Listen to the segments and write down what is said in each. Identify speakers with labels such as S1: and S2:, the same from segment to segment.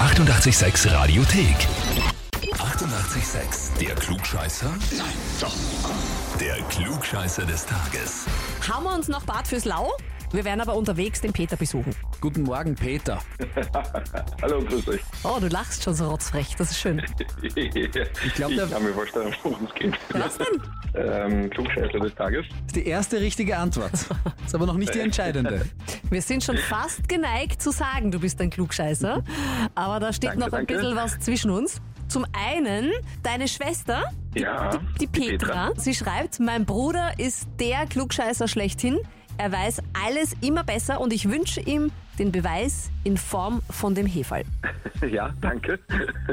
S1: 886 Radiothek. 88,6. Der Klugscheißer? Nein, doch. Der Klugscheißer des Tages.
S2: Haben wir uns nach Bad fürs Lau? Wir werden aber unterwegs den Peter besuchen.
S3: Guten Morgen, Peter.
S4: Hallo, grüß euch.
S2: Oh, du lachst schon so rotzfrech, das ist schön.
S4: Ich
S3: glaub, der-
S4: kann mir vorstellen, worum es geht.
S2: Was denn?
S4: Ähm, Klugscheißer des Tages.
S3: Das ist die erste richtige Antwort. Das ist aber noch nicht die entscheidende.
S2: Wir sind schon fast geneigt zu sagen, du bist ein Klugscheißer. Aber da steht
S4: Danke,
S2: noch ein
S4: danke.
S2: bisschen was zwischen uns. Zum einen deine Schwester,
S4: Ja.
S2: die Petra. Sie schreibt, mein Bruder ist der Klugscheißer schlechthin. Er weiß alles immer besser und ich wünsche ihm den Beweis in Form von dem Hefall.
S4: Ja, danke.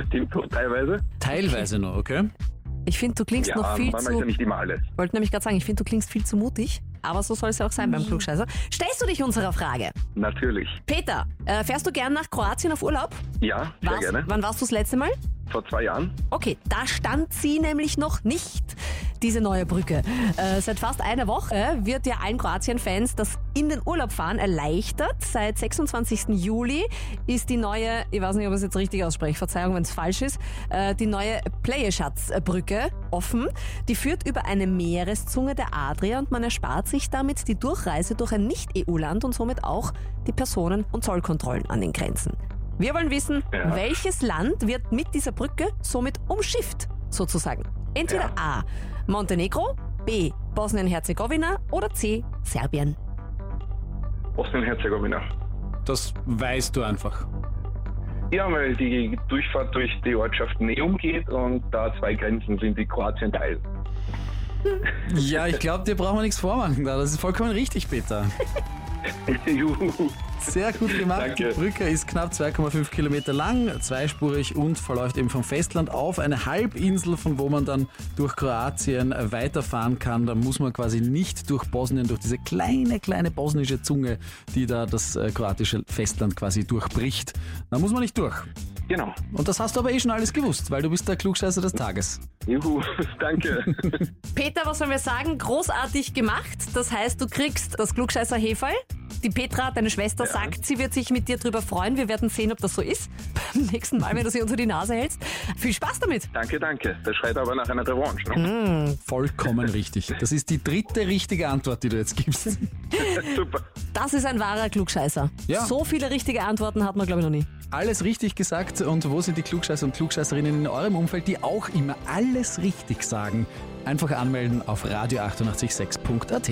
S4: Stimmt so teilweise.
S3: Teilweise noch, okay?
S2: Ich finde, du klingst
S4: Ja,
S2: noch viel
S4: man
S2: zu...
S4: weiß ja nicht immer alles.
S2: wollte nämlich gerade sagen, ich finde, du klingst viel zu mutig, aber so soll es ja auch sein
S4: Mhm.
S2: beim Klugscheißer. Stellst du dich unserer Frage?
S4: Natürlich.
S2: Peter, äh, fährst du gern nach Kroatien auf Urlaub?
S4: Ja, sehr
S2: Warst-
S4: gerne.
S2: Wann warst du das letzte Mal?
S4: Vor zwei Jahren.
S2: Okay, da stand sie nämlich noch nicht, diese neue Brücke. Äh, seit fast einer Woche wird ja allen Kroatien-Fans das in den Urlaub fahren erleichtert. Seit 26. Juli ist die neue, ich weiß nicht, ob ich es jetzt richtig ausspreche, Verzeihung, wenn es falsch ist, äh, die neue Plejeschatz-Brücke offen. Die führt über eine Meereszunge der Adria und man erspart sich damit die Durchreise durch ein Nicht-EU-Land und somit auch die Personen- und Zollkontrollen an den Grenzen. Wir wollen wissen,
S4: Ja.
S2: welches Land wird mit dieser Brücke somit umschifft, sozusagen? Entweder A. Montenegro, B. Bosnien-Herzegowina oder C. Serbien.
S4: Bosnien-Herzegowina.
S3: Das weißt du einfach.
S4: Ja, weil die Durchfahrt durch die Ortschaft Neum geht und da zwei Grenzen sind, die Kroatien teilen.
S3: Ja, ich glaube, dir brauchen wir nichts vormachen da. Das ist vollkommen richtig, Peter.
S4: Juhu.
S3: Sehr gut gemacht.
S4: Danke.
S3: Die Brücke ist knapp 2,5 Kilometer lang, zweispurig und verläuft eben vom Festland auf eine Halbinsel, von wo man dann durch Kroatien weiterfahren kann. Da muss man quasi nicht durch Bosnien, durch diese kleine, kleine bosnische Zunge, die da das äh, kroatische Festland quasi durchbricht. Da muss man nicht durch.
S4: Genau.
S3: Und das hast du aber eh schon alles gewusst, weil du bist der Klugscheißer des Tages.
S4: Juhu. Danke.
S2: Peter, was sollen wir sagen? Großartig gemacht. Das heißt, du kriegst das klugscheißer Hefall. Die Petra, deine Schwester, sagt, sie wird sich mit dir drüber freuen. Wir werden sehen, ob das so ist. Beim nächsten Mal, wenn du sie unter die Nase hältst. Viel Spaß damit.
S4: danke, danke. Das schreit aber nach einer Revanche. Ne?
S3: Vollkommen richtig. Das ist die dritte richtige Antwort, die du jetzt gibst.
S2: Mhm.
S4: Super.
S2: Das ist ein wahrer Klugscheißer.
S3: Ja.
S2: So viele richtige Antworten hat man, glaube ich, noch nie.
S3: Alles richtig gesagt und wo sind die Klugscheißer und Klugscheißerinnen in eurem Umfeld, die auch immer alles richtig sagen? Einfach anmelden auf radio886.at.